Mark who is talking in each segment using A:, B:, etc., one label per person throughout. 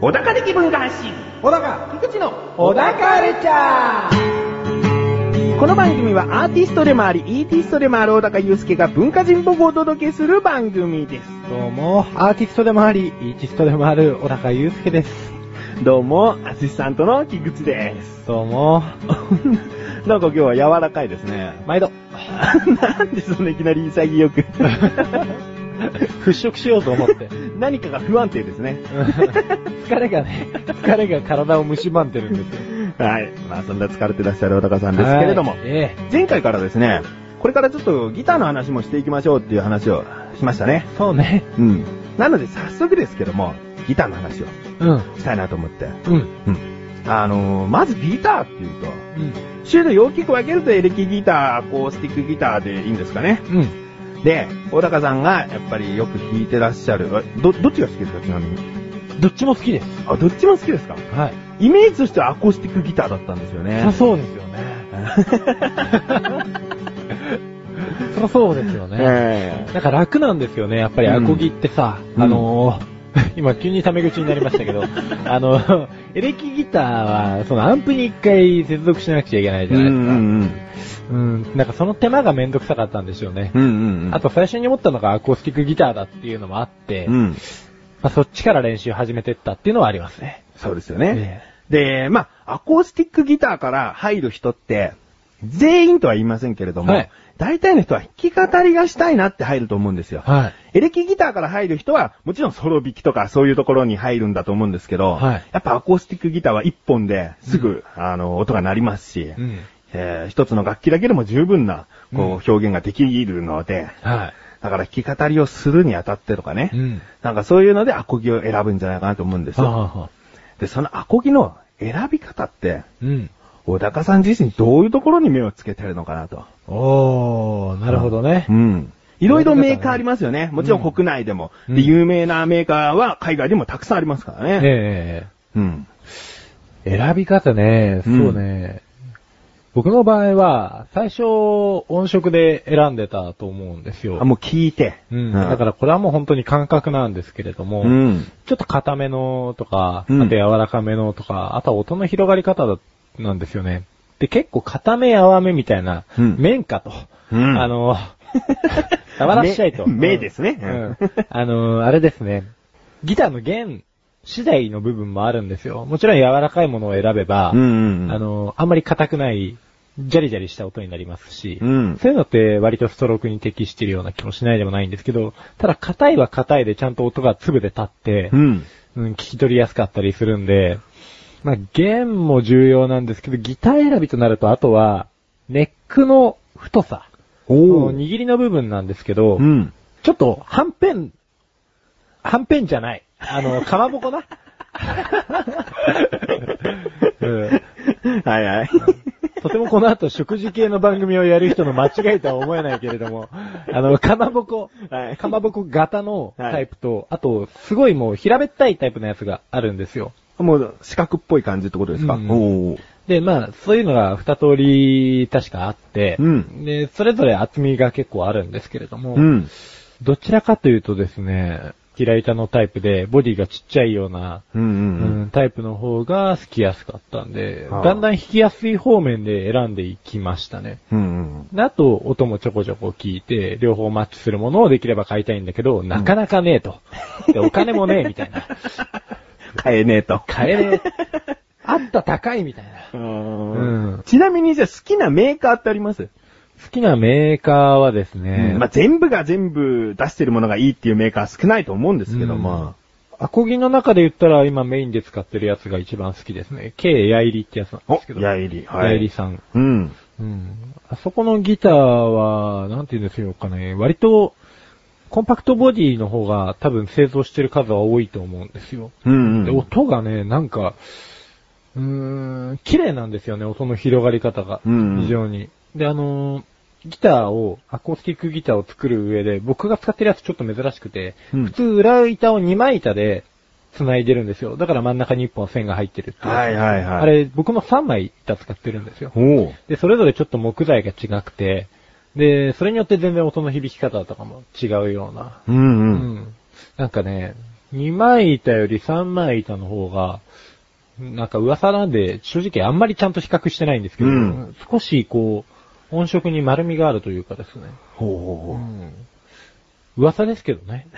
A: 小高で気分が発信。
B: 小高
A: 菊池の
B: 小高レチャー
A: この番組はアーティストでもあり、イーティストでもある小高祐介が文化人っぽくお届けする番組です。
B: どうも、アーティストでもあり、イーティストでもある小高祐介です。
A: どうも、アシスタントの菊池です。
B: どうも、
A: なんか今日は柔らかいですね。
B: 毎度、
A: なんでそんないきなり潔 く。
B: 払拭しようと思って。
A: 何かが不安定ですね。
B: 疲れがね、疲れが体を蝕んでるんですよ。
A: はい。まあそんな疲れてらっしゃる小高さん ですけれども
B: はい、え
A: 前回からですね、これからちょっとギターの話もしていきましょうっていう話をしましたね
B: え。そうね。
A: うん。なので早速ですけども、ギターの話を
B: うん、
A: したいなと思って。
B: うん、
A: うん。あのー、まずギターっていうと、
B: うん、
A: 種類大きく分けるとエレキギター、アコースティックギターでいいんですかね。
B: うん。
A: で、小高さんがやっぱりよく弾いてらっしゃる。あど、どっちが好きですかちなみに。
B: どっちも好きです。
A: あ、どっちも好きですか
B: はい。
A: イメージとしてはアコースティックギターだったんですよね
B: そ。そうですよ ね。そりゃそうですよね。
A: え
B: なんか楽なんですよね、やっぱりアコギってさ、
A: うん
B: あのー、 今急にタメ口になりましたけど、 あの、エレキギターは、そのアンプに一回接続しなくちゃいけない
A: え
B: じゃないですか。
A: ん
B: うん、なんかその手間がめんどくさかったんでしょうね。
A: うん。うんうん。
B: あ、と最初に思ったのがアコースティックギターだっていうのもあって、
A: う
B: ま
A: ん。
B: あ、そっちから練習始めてったっていうのはありますね。
A: そうですよね。で、まあ、アコースティックギターから入る人って、全員とは言いませんけれども、
B: はい
A: 大体の人は弾き語りがしたいなって入ると思うんですよ。
B: はい。
A: エレキギターから入る人は、もちろんソロ弾きとかそういうところに入るんだと思うんですけど、
B: はい
A: やっぱアコースティックギターは一本ですぐ、あの、音が鳴りますし、
B: うん。
A: えー一つの楽器だけでも十分な、こう、表現ができるので、
B: は
A: だから弾き語りをするにあたってとかね、
B: い。うん。
A: なんかそういうのでアコギを選ぶんじゃないかなと思うんです
B: はあ
A: よ。
B: はあはあ
A: で、そのアコギの選び方って、
B: うん。
A: 小高さん自身どういうところに目をつけてるのかなと。
B: おー、なるほどね
A: う。ん。いろいろメーカーありますよね。もちろん国内でも。
B: うん
A: で、有名なメーカーは海外でもたくさんありますから
B: ええ
A: ね。
B: え
A: うん。
B: え選び方ね、そう
A: うん
B: ね。僕の場合は、最初、音色で選んでたと思うんですよ。
A: あ、もう聞いて。
B: うん。だからこれはもう本当に感覚なんですけれども、
A: うん。
B: ちょっと硬めのとか、あ
A: うん
B: と柔らかめのとか、あとは音の広がり方だなんですよね。で、結構硬め、柔めみたいな、
A: うん
B: 面かと。
A: うん
B: あの、 触らしちゃいと。
A: 目
B: うん
A: 目ですね
B: うん。あの、あれですね。ギターの弦次第の部分もあるんですよ。もちろん柔らかいものを選べば、
A: うんうんうん。
B: あ、の、あんまり硬くない、ジャリジャリした音になりますし、
A: うん。
B: そういうのって割とストロークに適しているような気もしないでもないんですけど、ただ硬いは硬いでちゃんと音が粒で立って
A: う、ん。
B: うん、聞き取りやすかったりするんで、まあ、弦も重要なんですけど、ギター選びとなると、あとは、ネックの太さ。
A: おー。
B: 握りの部分なんですけど、
A: うん。
B: ちょっと、はんぺん、はんぺんじゃない。あの、 かまぼこな。うん
A: はいはい。
B: とてもこの後食事系の番組をやる人の間違いとは思えないけれども、あの、かまぼこ、
A: はい
B: かまぼこ型のタイプと、あと、すごいもう平べったいタイプのやつがあるんですよ。
A: もう、四角っぽい感じってことですか、
B: うん
A: おー。
B: で、まあ、そういうのが二通り確かあって、
A: うん
B: で、それぞれ厚みが結構あるんですけれども、
A: うん。
B: どちらかというとですね、平板のタイプで、ボディがちっちゃいような、
A: うんうん
B: う
A: うん。
B: んタイプの方が好きやすかったんで、
A: はあ
B: だんだん弾きやすい方面で選んでいきましたね。
A: うんうん。
B: であと、音もちょこちょこ聞いて、両方マッチするものをできれば買いたいんだけど、なかなかねえと。で、お金もねえ、みたいな。
A: 変えねえと。
B: 買えねえ。あった高い、みたいな。
A: うん
B: うん
A: ちなみにじゃあ好きなメーカーってあります
B: 好きなメーカーはですね、
A: まあ、全部が全部出してるものがいいっていうメーカー少ないと思うんですけども、
B: アコギの中で言ったら今メインで使ってるやつが一番好きですね。K ヤイリってやつなんですけど。
A: おヤイリはい
B: ヤイリさん。
A: うん。
B: うん。あそこのギターは、なんて言うんですかね、割と、コンパクトボディの方が多分製造してる数は多いと思うんですよ。
A: うん、
B: で、音がね、なんか、うーん、綺麗なんですよね、音の広がり方が。
A: うん
B: 非常に。で、あのーギターを、アコースティックギターを作る上で、僕が使ってるやつちょっと珍しくて、
A: うん
B: 普通裏板を2枚板で繋いでるんですよ。だから真ん中に1本線が入ってるっていう。
A: はいはいはい。
B: あれ、僕も3枚板使ってるんですよ。
A: おう。
B: で、それぞれちょっと木材が違くて、で、それによって全然音の響き方とかも違うような。
A: うん
B: う
A: うん。
B: ん。なんかね、2枚板より3枚板の方が、なんか噂なんで、正直あんまりちゃんと比較してないんですけど、
A: うん
B: 少しこう、音色に丸みがあるというかですね。
A: ほうほうほう。
B: 噂ですけどね。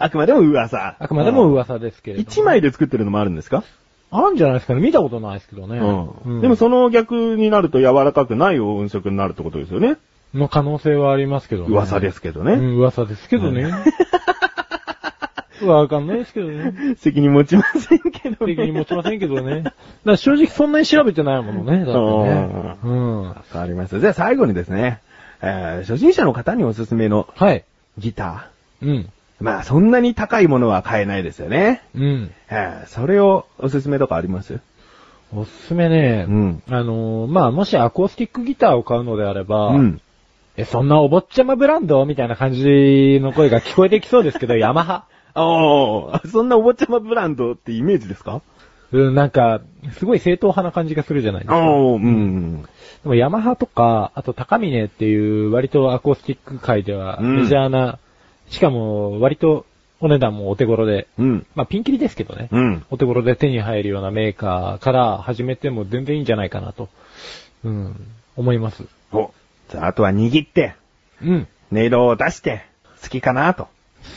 A: あくまでも噂。
B: あくまでも噂ですけれども。
A: 一枚で作ってるのもあるんですか
B: あるんじゃないですかね。見たことないですけどね。
A: うん。で
B: でも
A: も
B: そ
A: その逆になると柔らかくない音色になるってことですよね。
B: の可能性はありますけどね。
A: 噂ですけど
B: う
A: ね。
B: ん、噂ですけどね。 わかんないですけどね。
A: 責任持ちませんけど
B: 責
A: ね。
B: 任持ちませんけど ね。だから正直そんなに調べてないものね。だってね。うん。
A: わかりました。じゃあ最後にですね、えー初心者の方におすすめの
B: はい。
A: ギタ
B: うん。
A: ー。まあそんなに高いものは買えないですよね。
B: うん。
A: えーそれをおすすめとかあります
B: おすすめね。
A: うん
B: あのーまあ、もしアコースティックギターを買うのであれば、
A: うん。
B: え、そんなお坊ちゃまブランドみたいな感じの声が聞こえてきそうで すけど、ヤマハ。
A: おー、そんなお坊ちゃまブランドってイメージですか
B: うん、なんか、すごい正統派な感じがするじゃないですか。
A: おー、うん。
B: でもヤマハとか、あと高峰っていう割とアコースティック界では
A: うん
B: メジャーな、しかも割とお値段もお手頃で、
A: うん。
B: まあピンキリですけどね、
A: うん。
B: お手頃で手に入るようなメーカーから始めても全然いいんじゃないかなと、うん、思います。
A: お。じゃああとは握って、
B: うん。
A: 音色を出して、好きかなと。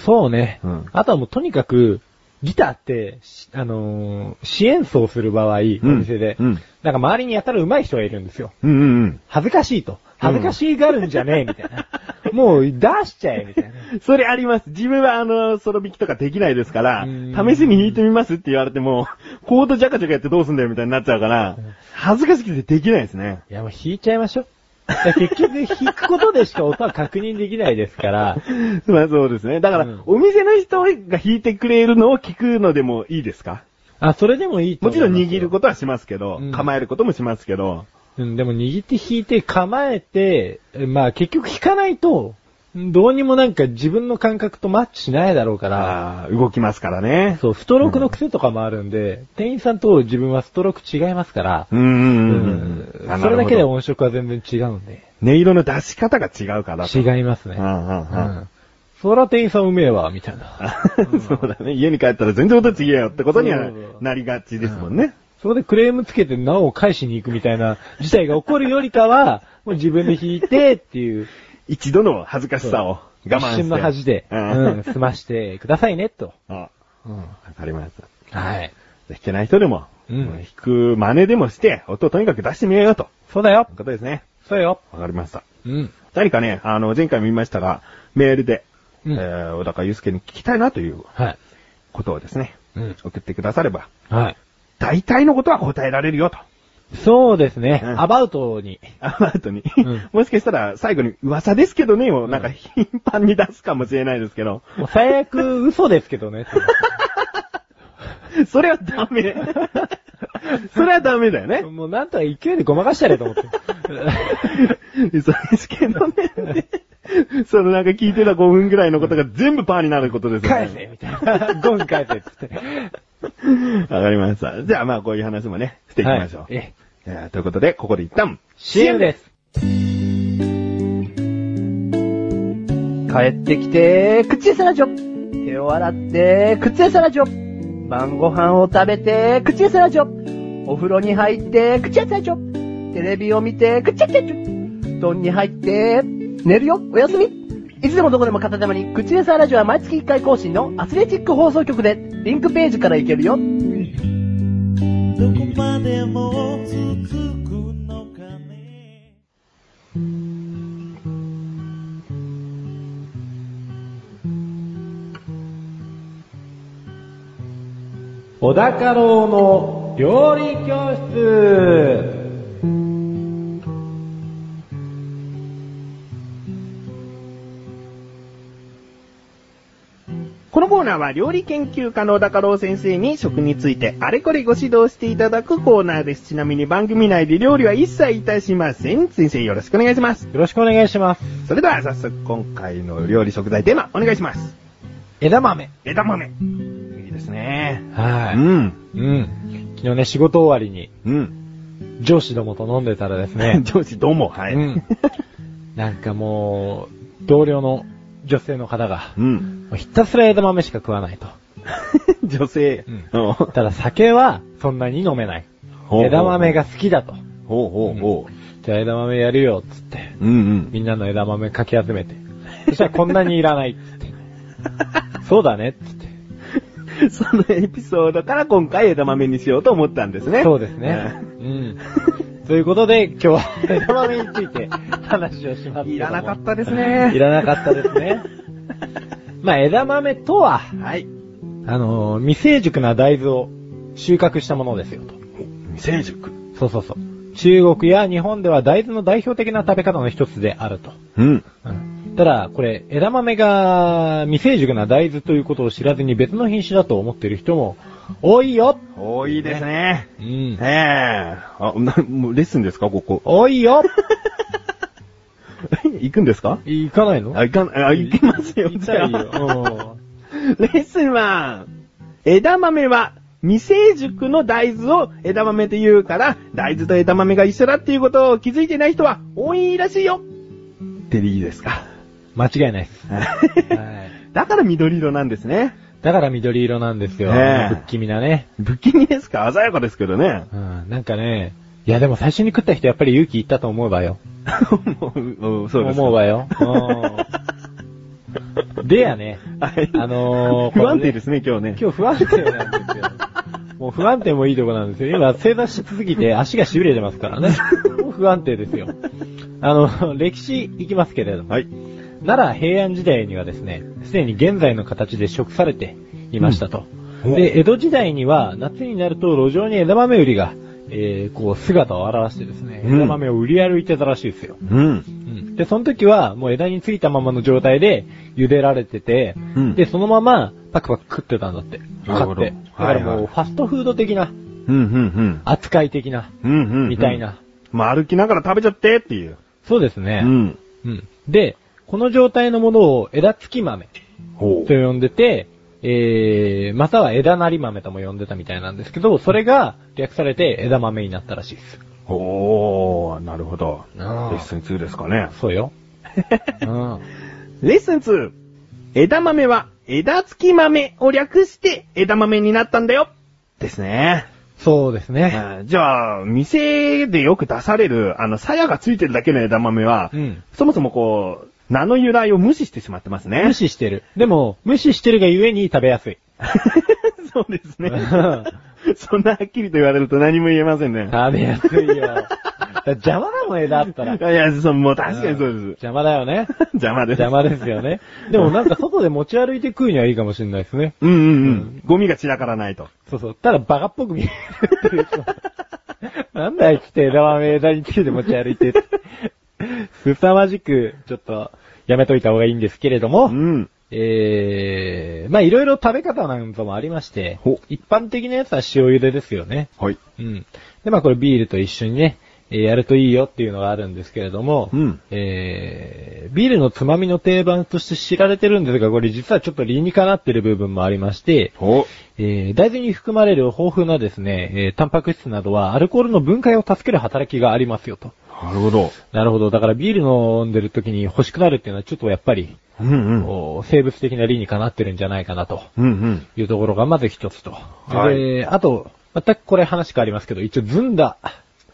B: そうね。
A: うん
B: あとはもうとにかく、ギターって、しあのー、支援奏する場合、お店で、
A: うんうん
B: なんか周りにやたら上手い人がいるんですよ。
A: うんうんうん。
B: 恥ずかしいと。恥ずかしがるんじゃねえ、みたい な。もう出しちゃえ、みたいな。
A: それあります。自分はあの、ソロ弾きとかできないですから
B: う、ー
A: 試
B: ん
A: しに弾いてみますって言われても、 コードジャカジャカやってどうすんだよみたいになっちゃうから、恥ずかしくてできないですね。
B: いや、もう弾いちゃいましょう。結局弾くことでしか音は確認できないですから、
A: まあそうですね。だから、
B: うん
A: お店の人が弾いてくれるのを聞くのでもいいですか
B: あ、それでもいいと。
A: もちろん握ることとはしますけど、
B: うん
A: 構えることもしますけど、
B: うん、でも握って弾いて構えて、まあ結局弾かないと、どうにもなんか自分の感覚とマッチしないだろうから、
A: あー動きますからね。
B: そう、ストロークの癖とかもあるんで、店員さんと自分はストローク違いますから、
A: うんうんうんうん。あ
B: うんそれだ
A: な
B: け。で
A: るほど
B: 音色は全然違うんで、
A: 音色の出し方が違うからと。
B: 違いますね。
A: うんうんうん
B: そら店員さんうめえわ、みたいな。
A: そうだね。家に帰ったら全然音違えよってことにはなりがちですもんね。
B: そこでクレームつけてなお返しに行くみたいな 事態が起こるよりかは、もう自分で弾いてっていう、
A: 一度の恥ずかしさを我慢して。
B: 一瞬の恥で、
A: う
B: うん
A: ん。、
B: 済ましてくださいね、と。
A: あわかりました。
B: はい。
A: 弾けない人でも、
B: うん
A: 弾く真似でもして、音をとにかく出してみようよと。
B: そうだ
A: い
B: よ
A: う。ことですね。
B: そうよ。
A: わかりました。
B: うん。
A: 何かね、あの、前回も言いましたが、メールで、
B: うん
A: えー、小高祐介に聞きたいなという
B: はい。
A: ことをですね、
B: うん。
A: 送ってくだされば、
B: はい。
A: 大体のことは答えられるよと。
B: そうですね。
A: うん
B: アバウトに。
A: あの後に、
B: うん
A: もしかしたら最後に噂ですけどねをなんか頻繁に出すかもしれないですけど、
B: もう最悪嘘ですけど ね。
A: それはダメ。 それはダメだよね。
B: もうなんとか勢いでごまかしたらと思 って。
A: 嘘ですけどね。そのなんか聞いてた5分ぐらいのことが全部パーになることですよ
B: 返
A: ね。
B: せみたいな。ゴン返せっつ って。
A: わかりました。じゃあまあこういう話もね、していきましょう。
B: はいええ
A: えーということで、ここで一旦、
B: CM です。
C: 帰ってきて、口エサラジョ。手を洗って、口エサラジョ。晩ご飯を食べて、口エサラジョ。お風呂に入って、口エサラジョ。テレビを見て、口エサラジョ。布団に入って、寝るよ、おやすみ。いつでもどこでも片手間に、口エサラジョは毎月1回更新のアスレチック放送局で、リンクページから行けるよ。
D: どこまでも続くのかね
B: 小高郎の料理教室
E: このコーナーは料理研究家の高郎先生に食についてあれこれご指導していただくコーナーです。ちなみに番組内で料理は一切いたしません。先生よろしくお願いします。
B: よろしくお願いします。
E: それでは早速
A: 今回の料理食材テーマ、お願いします。
B: 枝豆。
A: 枝豆。いいですね。う
B: はい。
A: ん。
B: うん。昨日ね、仕事終わりに
A: うん。、
B: 上司どもと飲んでたらですね。
A: 上司どうも。はいう
B: ん。なんかもう、同僚の女性の方が、
A: うん。
B: もうひたすら枝豆しか食わないと。
A: 女性。
B: うん
A: おう
B: ただ酒はそんなに飲めない。
A: ほう
B: 枝豆が好きだと。
A: ほうほうほ
B: じゃあ枝豆やるよ、つって。
A: う。うん
B: みんなの枝豆かき集めて。そしたらこんなにいらない、つ って。そうだね、つって。
A: うん。そのエピソードから今回枝豆にしようと思ったんですね。
B: そうですね。うん。ということで、今日は枝豆について話をしますけども。
A: いらなかったですね
B: いらなかったですね。まあ、枝豆とは、
A: うん。はい。
B: あのー未成熟な大豆を収穫したものですよと。
A: 未成熟。
B: そうそうそう。中国や日本では大豆の代表的な食べ方の一つであると。
A: うん。
B: ただ、これ、枝豆が未成熟な大豆ということを知らずに別の品種だと思っている人も多いよ
A: 多いですね。
B: うん
A: ええ。あ、な、もうレッスンですかこ こ。
B: 多いよ
A: 行くんですか
B: 行かないの
A: あ、行かん、あ、行きますよ。
B: 行きたい
A: じゃ
B: よ
A: あ。 レッスンは、枝豆は未成熟の大豆を枝豆と言うから、大豆と枝豆が一緒だっていうことを気づいてない人は多いらしいよ。ってでいいですか。
B: うん間違いないです。はい
A: だから緑色なんですね。
B: だから緑色なんですよ。
A: ねえ
B: 不気味なね、
A: 不気味ですか鮮やかですけど ね。
B: うん。なんかね、いやでも最初に食った人やっぱり勇気いったと思うわよ。
A: もううんそうですか。
B: 思うわ よ。うんでやね、
A: はい。
B: あのー、
A: 不安定ですね、今日ね。
B: 今日不安定なんですよ。もう不安定もいいとこなんですよ。今、正座しすぎて足が痺れてますからね。もう不安定ですよ。あの、歴史いきますけれども、
A: はい。
B: 奈良平安時代にはですね、すでに現在の形で食されていましたと。
A: うんお
B: で、江戸時代には夏になると路上に枝豆売りが、えー、こう姿を現してですね、
A: うん
B: 枝豆を売り歩いてたらしいですよ。
A: うん。
B: で、その時はもう枝についたままの状態で茹でられてて、
A: うん
B: で、そのままパクパク食ってたんだって。
A: なるほ
B: 買っ
A: ど
B: て。だから
A: はいは
B: も
A: いう
B: ファストフード的な、
A: うん、うん、
B: 扱い的な、
A: うん。うん、うん。
B: みたいな。。
A: まあ、歩きながら食べちゃってっていう。
B: そうですね
A: う、ん。
B: うんで、この状態のものを枝付き豆
A: ほ
B: と。呼んでて、えー、または枝なり豆とも呼んでたみたいなんですけど、それが略されて枝豆になったらしいです。
A: おー、なるほど。レ
B: あー
A: ッスン2ですか ね。
B: そうよ。うん
A: レッスン 2! 枝豆は枝付き豆を略して枝豆になったんだよですね。
B: そうです
A: え
B: ね。
A: ーじゃあ、店でよく出される、あの、鞘がついてるだけの枝豆は、
B: うん
A: そもそもこう、名の由来を無視してしまってますね。
B: 無視してる。でも、無視してるがゆえに食べやすい。
A: そうですね。 そんなはっきりと言われると何も言えませんね。
B: 食べやすいよ。だから 邪魔だもん、枝あったら。
A: いや、そうもう確かにそう
B: うん
A: です。
B: 邪魔だよね。
A: 邪魔です。
B: 邪魔ですよね。でもなんか外で持ち歩いて食うにはいいかもしれないですね。
A: うんうんうん。ゴミが散らからないと。
B: そうそう。ただバカっぽく見えるっていうか。なんだあいつって枝豆枝について持ち歩いて。すさまじく、ちょっと、やめといた方がいいんですけれども、
A: うん。
B: えー、まあいろいろ食べ方なんかもありまして
A: ほ、
B: 一般的なやつは塩茹でですよね。
A: はい。
B: うん。で、まあこれビールと一緒にね、えーやるといいよっていうのがあるんですけれども、
A: うん
B: えービールのつまみの定番として知られてるんですが、これ実はちょっと理にかなってる部分もありまして、
A: お。
B: えー大豆に含まれる豊富なですね、えータンパク質などはアルコールの分解を助ける働きがありますよと。
A: なるほど。
B: なるほど。だからビール飲んでる時に欲しくなるっていうのはちょっとやっぱり、
A: うんうん。
B: こう生物的な理にかなってるんじゃないかなと。
A: うんうん。
B: というところがまず一つと。
A: はい
B: で、あと、全くこれ話変わりますけど、一応ずんだ。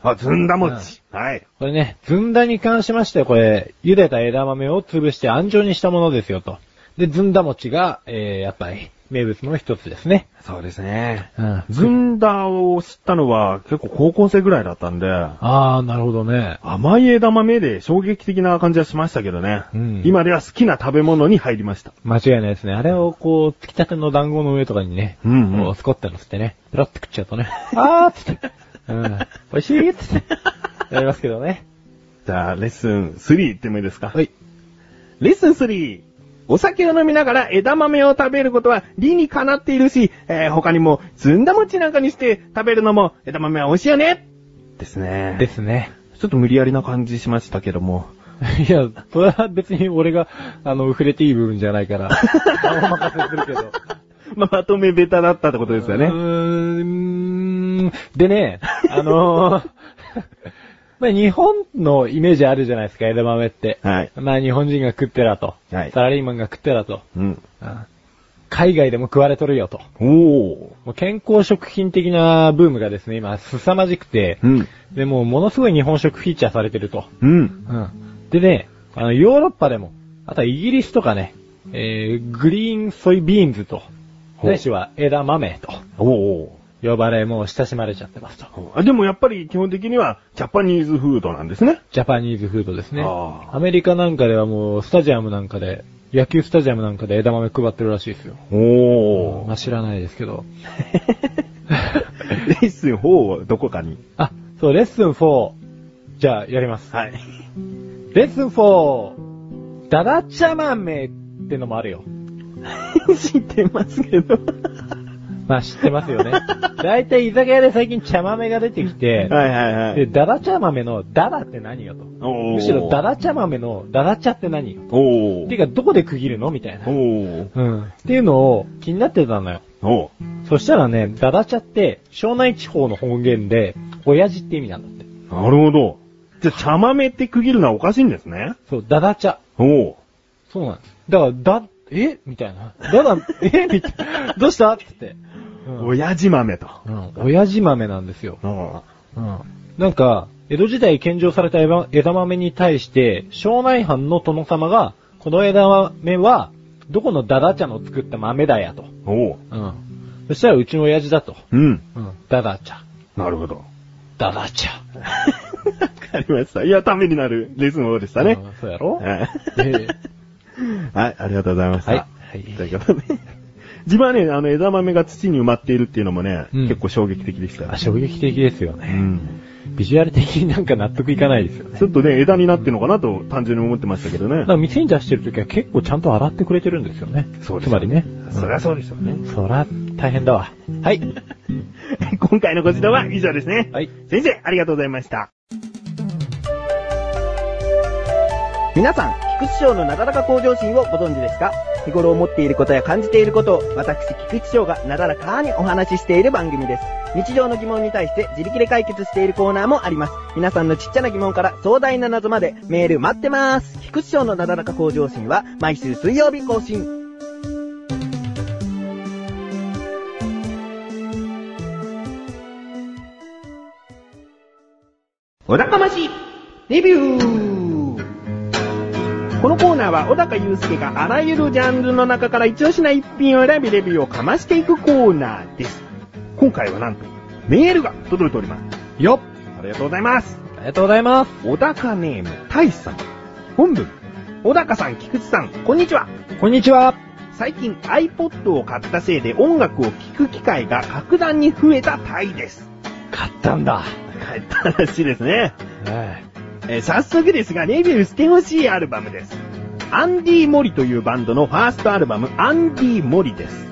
A: あ、ずんだ餅。はい。
B: これね、ずんだに関しましてはこれ、茹でた枝豆を潰して安状にしたものですよと。で、ずんだ餅が、えー、やっぱり、名物の一つですね。
A: そうですね。
B: うん
A: ずんだを知ったのは結構高校生ぐらいだったんで、
B: あー、なるほどね。
A: 甘い枝豆で衝撃的な感じはしましたけどね。
B: うん
A: 今では好きな食べ物に入りました。
B: 間違いないですね。あれをこう、突き立ての団子の上とかにね、
A: うんうん
B: こう、スコッてのせてね、ペロって食っちゃうとね、あーっつって、うん、美味しいっ つって、やりますけどね。
A: じゃあ、レッスン3行ってもいいですか
B: はい。
A: レッスン3。お酒を飲みながら枝豆を食べることは理にかなっているし、えー他にもずんだ餅なんかにして食べるのも枝豆は美味しいよねですね。
B: ですね。
A: ちょっと無理やりな感じしましたけども。
B: いや、それは別に俺が、あの、触れていい部分じゃないから、お任せするけど。
A: まあ、まとめベタだったってことですよ
B: う
A: ね。
B: ーん。でね、あのー まあ日本のイメージあるじゃないですか、枝豆って。
A: はい。
B: まあ日本人が食ってらと。
A: はい
B: サラリーマンが食ってらと。
A: うん。
B: 海外でも食われとるよと。
A: おお。
B: もう健康食品的なブームがですね、今、凄まじくて、
A: うん。
B: でもうものすごい日本食フィーチャーされてると。
A: うん。
B: うん。でね、あの、ヨーロッパでも、あとはイギリスとかね、えー、グリーンソイビーンズと、
A: ほう
B: ないしは枝豆と
A: おお。
B: 呼ばれ、もう親しまれちゃってますと。
A: あでもやっぱり基本的にはジャパニーズフードなんですね。
B: ジャパニーズフードですね。
A: あー
B: アメリカなんかではもう、スタジアムなんかで、野球スタジアムなんかで枝豆配ってるらしいですよ。
A: お
B: まあ、知らないです けど。
A: レッスン4はどこかに。
B: あ、そう、レッスン4。じゃあ、やります。
A: はい。
B: レッスン 4! ダダチャ豆ってのもあるよ。
A: 知ってますけど。
B: まあ知ってます よね。だいたい居酒屋で最近茶豆が出てきて、
A: はいはいは
B: で、
A: い。
B: ダダ茶豆のダダって何よと。
A: おー
B: むしろダダ茶豆のダダ茶って何よ。
A: おお
B: て。か、どこで区切るのみたいな。
A: おお。
B: うん。っていうのを気になってたのよ。
A: お
B: そしたらね、ダダ茶って、湘南地方の方言で、親父って意味なんだって。
A: なるほど。じゃあ、茶豆って区切るのはおかしいんですね。
B: そう、ダダ茶。
A: おお。
B: そうなんです。だから、だ、えみたいな。だだ、えみたいな。どうしたって言って。うん
A: 親父豆と。
B: うん、親父豆なんですよ。
A: お
B: うん。なんか、江戸時代献上された枝枝豆に対して、庄内藩の殿様が、この枝豆は、どこのダダ茶の作った豆だやと。
A: お。
B: うん。そしたらうちの親父だと。
A: うん。
B: うん。ダダ茶。
A: なるほど。
B: ダダ茶。
A: わかりました。いや、ためになるレッスン4でしたね。
B: うんそうやろ
A: はい
B: で
A: はい、ありがとうございました。
B: はい
A: ということで。自分はね、あの、枝豆が土に埋まっているっていうのもね、
B: うん
A: 結構衝撃的でしたよ
B: あ、。衝撃的ですよ
A: う
B: ね。
A: ん。
B: ビジュアル的になんか納得いかないですよね。
A: ちょっとね、枝になってるのかなと単純に思ってましたけどね
B: だか。ら店に出してる時は結構ちゃんと洗ってくれてるんですよね。
A: そうです
B: つまりね。
A: そりゃそうでしょうね。
B: そら、大変だわ。はい。
A: 今回のご指導は以上ですね。
B: はい。
A: 先生、ありがとうございました。
F: 皆さん、菊池師匠のなだらか向上心をご存知ですか日頃思っていることや感じていることを、私、菊池師匠がなだらかにお話ししている番組です。日常の疑問に対して自力で解決しているコーナーもあります。皆さんのちっちゃな疑問から壮大な謎までメール待ってます。菊池師匠のなだらか向上心は毎週水曜日更新。
A: おだかましいレビューこのコーナーは小高祐介があらゆるジャンルの中から一押しな一品を選びレビューをかましていくコーナーです。今回はなんとメールが届いております。
B: よっ
A: ありがとうございます。
B: ありがとうございます。
A: 小高ネーム、大志さん。本文、小高さん、菊池さん、こんにちは。
B: こんにちは。
A: 最近 iPod を買ったせいで音楽を聴く機会が格段に増えたタイ です。
B: 買ったんだ。
A: 帰った話ですね。
B: はい。
A: えー早速ですが、レビューしてほしいアルバムです。アンディ・モリというバンドのファーストアルバム、アンディ・モリです。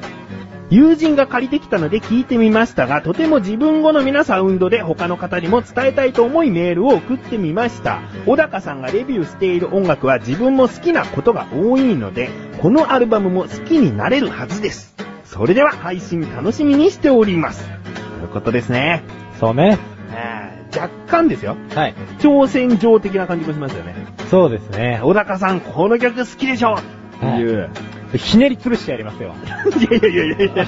A: 友人が借りてきたので聞いてみましたが、とても自分好みなサウンドで他の方にも伝えたいと思いメールを送ってみました。小高さんがレビューしている音楽は自分も好きなことが多いので、このアルバムも好きになれるはずです。それでは配信楽しみにしております。ということですね。
B: そうね。
A: えー若干ですよ。
B: はい。
A: 挑戦状的な感じもしますよね。
B: そうですね。
A: 小高さん、この曲好きでしょっていう。
B: ひねり潰してやりますよ。
A: いやいやいやいや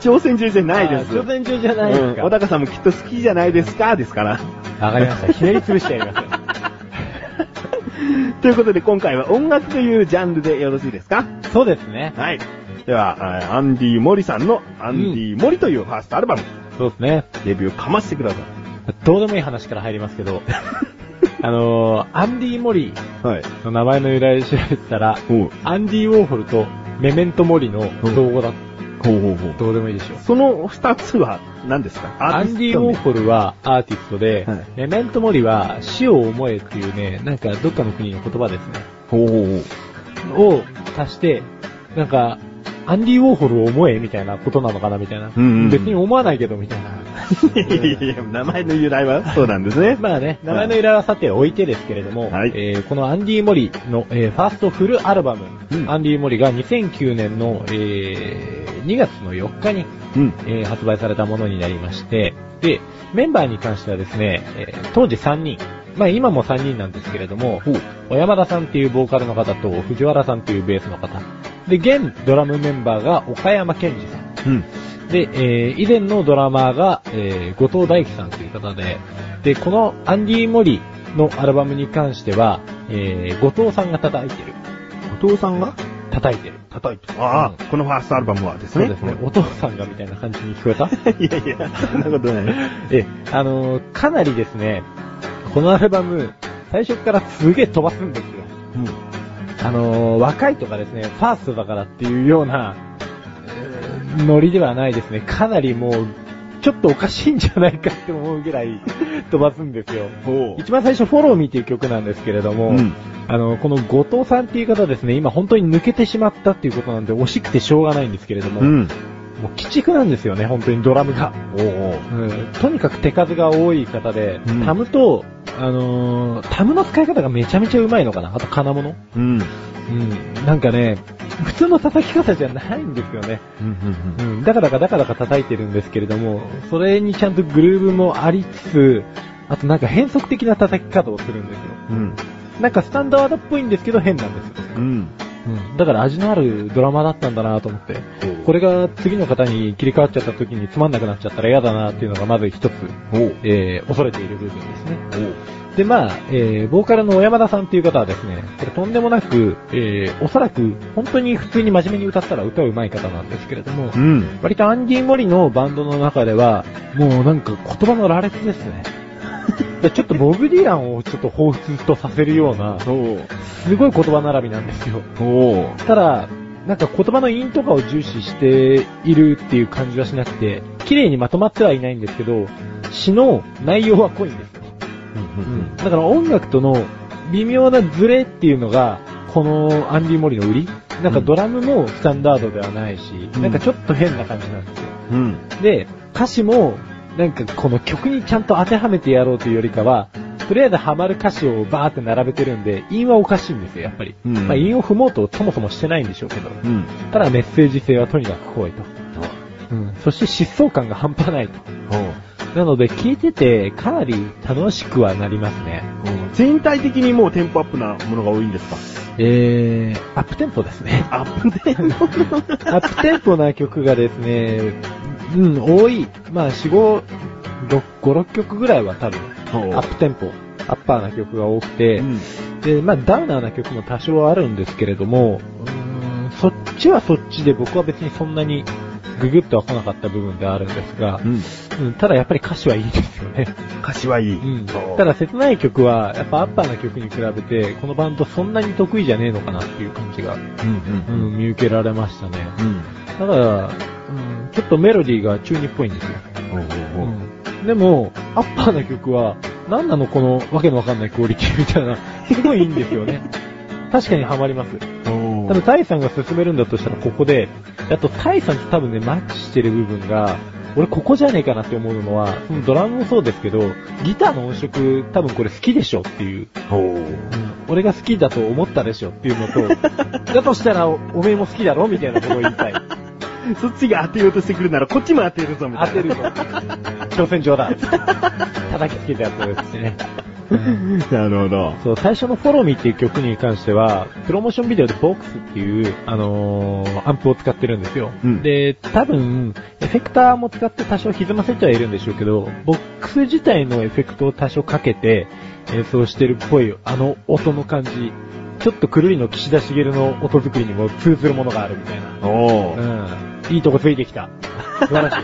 A: 挑戦中じゃないです。
B: あー挑戦中じゃないです
A: うん
B: か。
A: 小高さんもきっと好きじゃないですかですから。
B: わかりました。ひねり潰してやりますよ。
A: ということで今回は音楽というジャンルでよろしいですか
B: そうですね。
A: はい。では、あーアンディ・モリさんのアンディ・モリというファーストアルバム、
B: そうですね。
A: デビューかましてくださ
B: どうでもいい話から入りますけ ど、あのー、アンディ・モリ
A: い。はい。
B: の名前の由来を調べてたら、
A: ほう。
B: アンディ・ウォーホルとメメント・モリの造語だっ
A: ほうほうほう
B: た。。どうでもいいでしょう。
A: その二つは何ですか
B: アンディ・ウォーホルはアーティストで、
A: はい
B: メメント・モリは死を思えっていうね、なんかどっかの国の言葉ですね。
A: ほうほうほう。
B: を足して、なんか、アンディ・ウォーホルを思えみたいなことなのかなみたいな。
A: うんうんうん
B: 別に思わないけどみたいな。
A: い やいや、名前の由来はそうなんですね。
B: まあね、名前の由来はさておいてですけれども、
A: はい
B: えーこのアンディ・モリの、えーファーストフルアルバム、
A: うん
B: アンディ・モリが2009年の、えー2月の4日に、
A: うん。
B: えー発売されたものになりまして、で、メンバーに関してはですね、えー当時3人、まあ今も3人なんですけれども、小山田さんっていうボーカルの方と藤原さんっていうベースの方、で、現ドラムメンバーが岡山健二さん、
A: うん。
B: で、えー以前のドラマーが、えー後藤大樹さんという方で、で、このアンディ・モリのアルバムに関しては、えー後藤さんが叩いてる。
A: お父さんが
B: 叩いてる。
A: 叩いて。ああ、このファーストアルバムはです
B: そ
A: ね。
B: うですね。お父さんがみたいな感じに聞こえた
A: いやいや、そんなことない。
B: え、あのーかなりですね、このアルバム、最初からすげえ飛ばすんですよ。あのー若いとかですね、ファーストだからっていうような、えーノリではないですね。かなりもう、ちょっとおかしいんじゃないかって思うぐらい 飛ばすんですよ。
A: ほ
B: 一番最初、フォローミーっていう曲なんですけれども、
A: うん
B: あの、この後藤さんっていう方ですね、今本当に抜けてしまったっていうことなんで、惜しくてしょうがないんですけれども、
A: う。うん。
B: もう鬼畜なんですよね、本当にドラムが。
A: おうおう
B: うんとにかく手数が多い方で、
A: うん
B: タムと、あのータムの使い方がめちゃめちゃうまいのかなあと金物
A: うん。うん
B: うん。なんかね、普通の叩き方じゃないんですよね。
A: うん
B: うん。だからかだからか叩いてるんですけれども、それにちゃんとグルーヴもありつつ、あとなんか変則的な叩き方をするんですよ。
A: うん。
B: なんかスタンダードっぽいんですけど変なんですよ。
A: うん。
B: うん。だから味のあるドラマだったんだなと思って。こ
A: れ、
B: れが次の方に切り替わっちゃった時につまんなくなっちゃったら嫌だなっていうのがまず一つ、
A: おう。
B: えー、恐れている部分ですね。で、まあ、えー、ボーカルの小山田さんっていう方はですね、これとんでもなく、えー、おそらく本当に普通に真面目に歌ったら歌うまい方なんですけれども
A: う、ん。
B: 割とアンディ・モリのバンドの中では、もうなんか言葉の羅列で すね。でちょっとボブ・ディランをちょっと彷彿とさせるような、
A: そう。
B: すごい言葉並びなんですよ。
A: おう。
B: ただ、なんか言葉の韻とかを重視しているっていう感じはしなくて、綺麗にまとまってはいないんですけど、詩の内容は濃いんですよ。
A: うん。
B: だから音楽との微妙なズレっていうのが、このアンディ・モリの売りなんかドラムもスタンダードではないし、
A: うん
B: なんかちょっと変な感じなんですよ。
A: うん。
B: で、歌詞も、なんかこの曲にちゃんと当てはめてやろうというよりかは、とりあえずハマる歌詞をバーって並べてるんで、韻はおかしいんですよ、やっぱり。
A: うん
B: まあ韻を踏もうとそもそもしてないんでしょうけど。
A: うん。
B: ただメッセージ性はとにかく濃いと。うん。そして疾走感が半端ないと。
A: おう。
B: なので聞いててかなり楽しくはなりますね。
A: 全体的にもうテンポアップなものが多いんですか。
B: えー、アップテンポですね
A: アップデート
B: アップテンポな曲がですね、うん、多い。まあ4、5、6 5、6曲ぐらいは多分、
A: おう
B: アップテンポ、アッパーな曲が多くて、
A: うん
B: で、まあダウナーな曲も多少はあるんですけれども、うーんそっちはそっちで僕は別にそんなにググッとは来なかった部分ではあるんですが
A: う、ん。
B: うんただやっぱり歌詞はいいですよね。
A: 歌詞はいい。
B: うん、
A: そう
B: ただ切ない曲は、やっぱアッパーな曲に比べて、このバンドそんなに得意じゃねえのかなっていう感じが、
A: うん
B: うん、見受けられましたね。
A: うん。うん。
B: ただ、うん、ちょっとメロディーが中二っぽいんですよ。
A: おうおうおう
B: うんでも、アッパーな曲は、なんなのこのわけのわかんないクオリティみたいな、すごいいいんですよね。確かにハマります。
A: おう
B: ただ、タイさんが進めるんだとしたらここで、あとタイさんと多分ね、マッチしてる部分が、俺ここじゃねえかなって思うのは、そのドラムもそうですけど、ギターの音色多分これ好きでしょっていう、
A: おう
B: 俺が好きだと思ったでしょっていうの と、だとしたらおおめえも好きだろ みたいなことを言いたい。
A: そっちが当てようとしてくるならこっちも当てるぞみたい
B: 当
A: な。
B: て るぞ。挑戦状だ。叩きつけたやつですね。
A: なるほど。
B: そう、最初のフォローミーっていう曲に関しては、プロモーションビデオでボックスっていう、あのーアンプを使ってるんですよ。
A: うん
B: で、多分、エフェクターも使って多少歪ませてはいるんでしょうけど、ボックス自体のエフェクトを多少かけて演奏してるっぽい、あの音の感じ、ちょっと狂いの岸田茂の音作りにも通ずるものがあるみたいな。
A: おう
B: うん。いいとこついてきた。素晴らしい。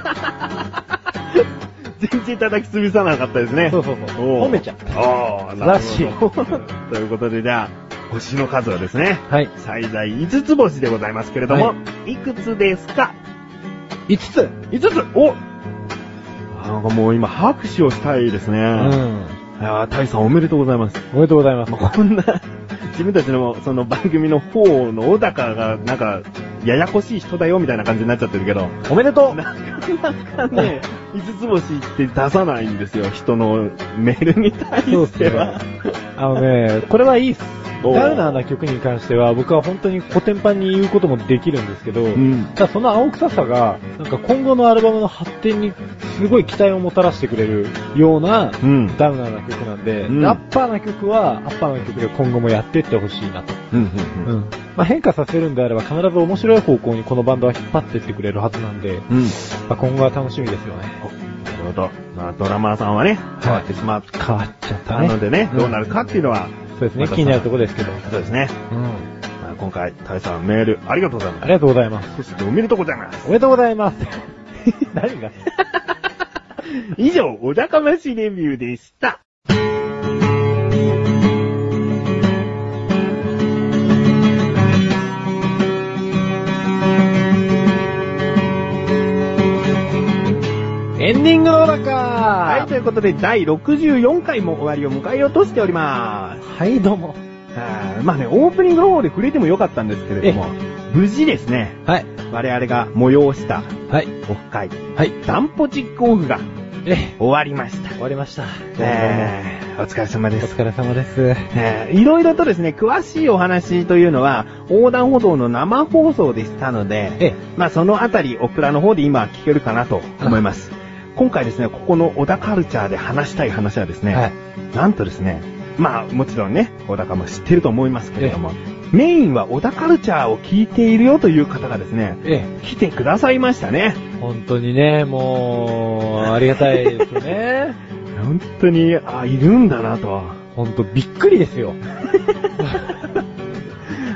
A: 全然叩き潰さなかったです ね。
B: そうそうそう。
A: お
B: 褒めちゃう。
A: おう
B: 素晴らしい
A: なるほど ということで、じゃあ、星の数はですね、
B: はい。
A: 最大5つ星でございますけれども、、
B: はい
A: くつですか
B: 5つ
A: ?5 つおなんかもう今拍手をしたいですね。
B: うん。
A: いやー、タイさんおめでとうございます。
B: おめでとうございま す。
A: まあこんな、自分たちのその番組の方の小高が、なんか、ややこしい人だよみたいな感じになっちゃってるけど、
B: おめでとう
A: なかなかね、 五つ星って出さないんですよ、人のメールに対しては。
B: あのね、これはいいっす。
A: おう
B: ダウナーな曲に関しては、僕は本当に古典版に言うこともできるんですけど、
A: ん
B: ただその青臭さが、なんか今後のアルバムの発展にすごい期待をもたらしてくれるような、
A: うん。
B: ダウナーな曲なんで、
A: うん
B: アッパーな曲は、アッパーな曲で今後もやってってほしいなと。
A: うん、
B: うん。まあ、変化させるんであれば、必ず面白い方向にこのバンドは引っ張ってってくれるはずなんで、
A: うん、うん。
B: まあ、今後は楽しみですよね。
A: なるほど。まあ、ドラマーさんはね、変わってしまっ
B: 変わっちゃった
A: た
B: ね。
A: のでね、
B: うん
A: どうなるかっていうのは、
B: そうですね、気になるところですけど。
A: そうですね。
B: うん。
A: まあ、今回、タイさんメールありがとうござい
B: あ
A: ま
B: りがとうございます。
A: す。そして、おめでとうござい ます。
B: おめでとうございます。何が
A: 以上、お高ましレビューでした。
B: エンディングの中は
A: はい、ということで、第64回も終わりを迎えようとしております。
B: はい、どうも。
A: あーまあね、オープニングの方で触れてもよかったんですけれども、無事ですね、
B: はい。
A: 我々が催した
B: はい。
A: オフ会、
B: はい。
A: ダンポチックオフが
B: え、
A: 終わりました。
B: 終わりました。
A: えー、お疲れ様
B: お
A: です。
B: 疲れ様です。
A: えーいろいろとですね、詳しいお話というのは、横断歩道の生放送でしたので、
B: え、
A: まあそのあたり、オクラの方で今聞けるかなと思います。今回ですね、ここの小田カルチャーで話したい話はですね、
B: はい。
A: なんとですね、まあもちろんね、小高も知ってると思いますけれども、メインは小田カルチャーを聞いているよという方がですね、
B: え、
A: 来てくださいましたね。
B: 本当にね、もう、ありがたいですよね。
A: 本当に、あ、いるんだなと。
B: 本当びっくりですよ。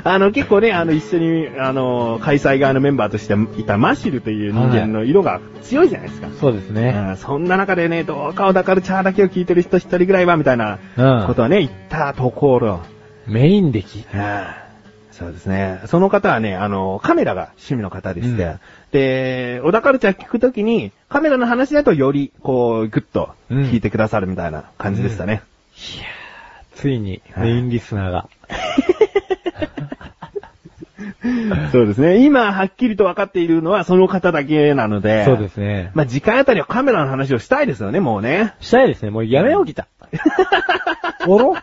A: あの、結構ね、あの、一緒に、あの、開催側のメンバーとしていたマシルという人間の色が強いじゃないですか。
B: そうですね。
A: うんそんな中でね、どうか小田カルチャーだけを聞いてる人一人ぐらいは、みたいな
B: う
A: こ
B: ん。
A: とをね、言ったところ、
B: メインでき。
A: ああそうですね。その方はね、あの、カメラが趣味の方でして、
B: うん
A: で、小田カルチャー聞くときに、カメラの話だとより、こう、ぐっと、
B: うん
A: 聞いてくださるみたいな感じでしたね。
B: ついに、メインリスナーが。
A: そうですね。今、はっきりと分かっているのは、その方だけなので、
B: そうですね。
A: まあ、次回あたりはカメラの話をしたいですよね、もうね。
B: したいですね。もうやめよう、ギター。 おろ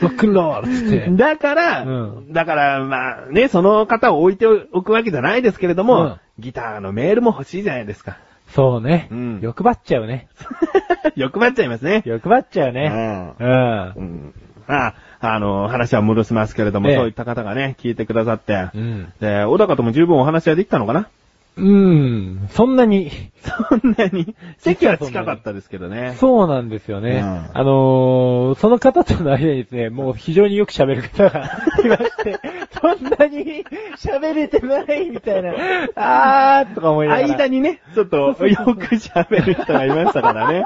B: ロックンロールっつって。
A: だから、
B: うん
A: だから、まあね、その方を置いておくわけじゃないですけれども、ギターのメールも欲しいじゃないですか。
B: そうね。
A: うん
B: 欲張っちゃうね。
A: 欲張っちゃいますね。
B: 欲張っちゃう
A: う
B: ね。
A: ん
B: うん
A: う。んまあ、あの、話は戻しますけれども、
B: ええ
A: そういった方がね、聞いてくださって、
B: うん。
A: で、小高とも十分お話はできたのかな
B: うん。そんなに。
A: そんなに。席は近かったですけどね。
B: そうなんですよね。
A: うん
B: あのー、その方との間にですね、もう非常によく喋る方が いまして、そんなに 喋れてないみたいな、あーとか思いながら。
A: 間にね、ちょっとよく喋る人がいましたから ね。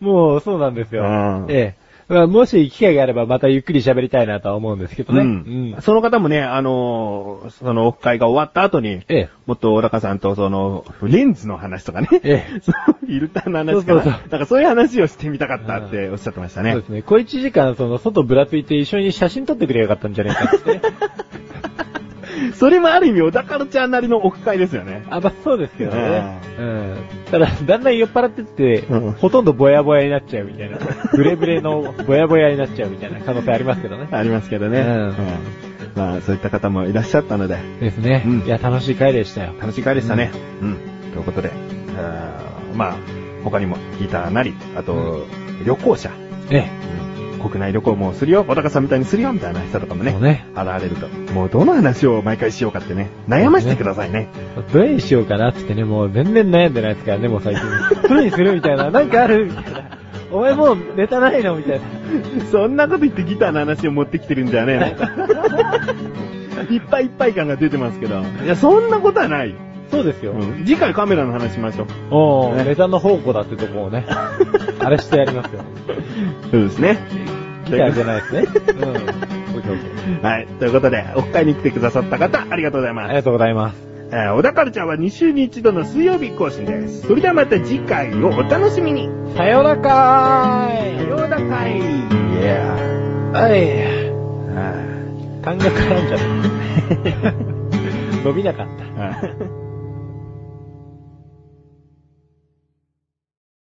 B: もうそうなんですよ。
A: うん
B: ええ。まあ、もし機会があればまたゆっくり喋りたいなとは思うんですけど
A: う
B: ね。
A: ん。その方もね、あの、そのオフ会が終わった後に、
B: ええ。
A: もっと小高さんとその、レンズの話とかね、
B: ええ
A: そのフィルターの話とか
B: そうそう
A: な、な
B: そ
A: んかそういう話をしてみたかったっておっしゃってました
B: そう
A: ね
B: で。すね。小一時間、その、外ぶらついて一緒に写真撮ってくれよかったんじゃないか ってね。
A: それもある意味、小高のちゃんなりのオフ会ですよね。
B: あ、まあ、そうですけどね。うん。ただ、だんだん酔っ払ってって、
A: うん
B: ほとんどぼやぼやになっちゃうみたいな。ブレブレのぼやぼやになっちゃうみたいな可能性ありますけどね。
A: ありますけどね。
B: うん
A: うんまあ、そういった方もいらっしゃったので、
B: ですね。
A: うん
B: いや、楽しい回でしたよ。
A: 楽しい回でしたね。うん。ということで、あーまあ、他にもギターなり、あと、旅行者、
B: え
A: 国内旅行もするよ、小高さんみたいにするよ、みたいな人とかも
B: え。
A: ね
B: もう、ね、
A: 現れると。もうどの話を毎回しようかってね、悩ましてくださいね。
B: どれにしようかなっつってね、もう全然悩んでないですからね、もう最 近。どれにするみたいな。なんかあるみたいな。お前もうネタないのみたいな。
A: そんなこと言ってギターの話を持ってきてるんじゃ ねえいっぱいいっぱい感が出てますけど。いや、そんなことはない。
B: そうですよ。
A: うん次回カメラの話しましょう。
B: おー
A: ね
B: ネタの宝庫だってとこを ね、あれしてやりますよ。
A: そうですね。
B: ギターじゃないですね。うん。オッケーオッケー
A: はい。ということで、オフ会に来てくださった方、ありがとうござい
B: あ
A: ま
B: り
A: す。
B: がとうございます。
A: えー、小田カルチャーは2週に1度の水曜日更新です。それではまた次回をお楽しみに。
B: さよならか
A: さ
B: ーい
A: ようだかい。いや
B: はい。
A: ー。あー
B: 勘が絡んじゃった。伸びなかった。
A: うん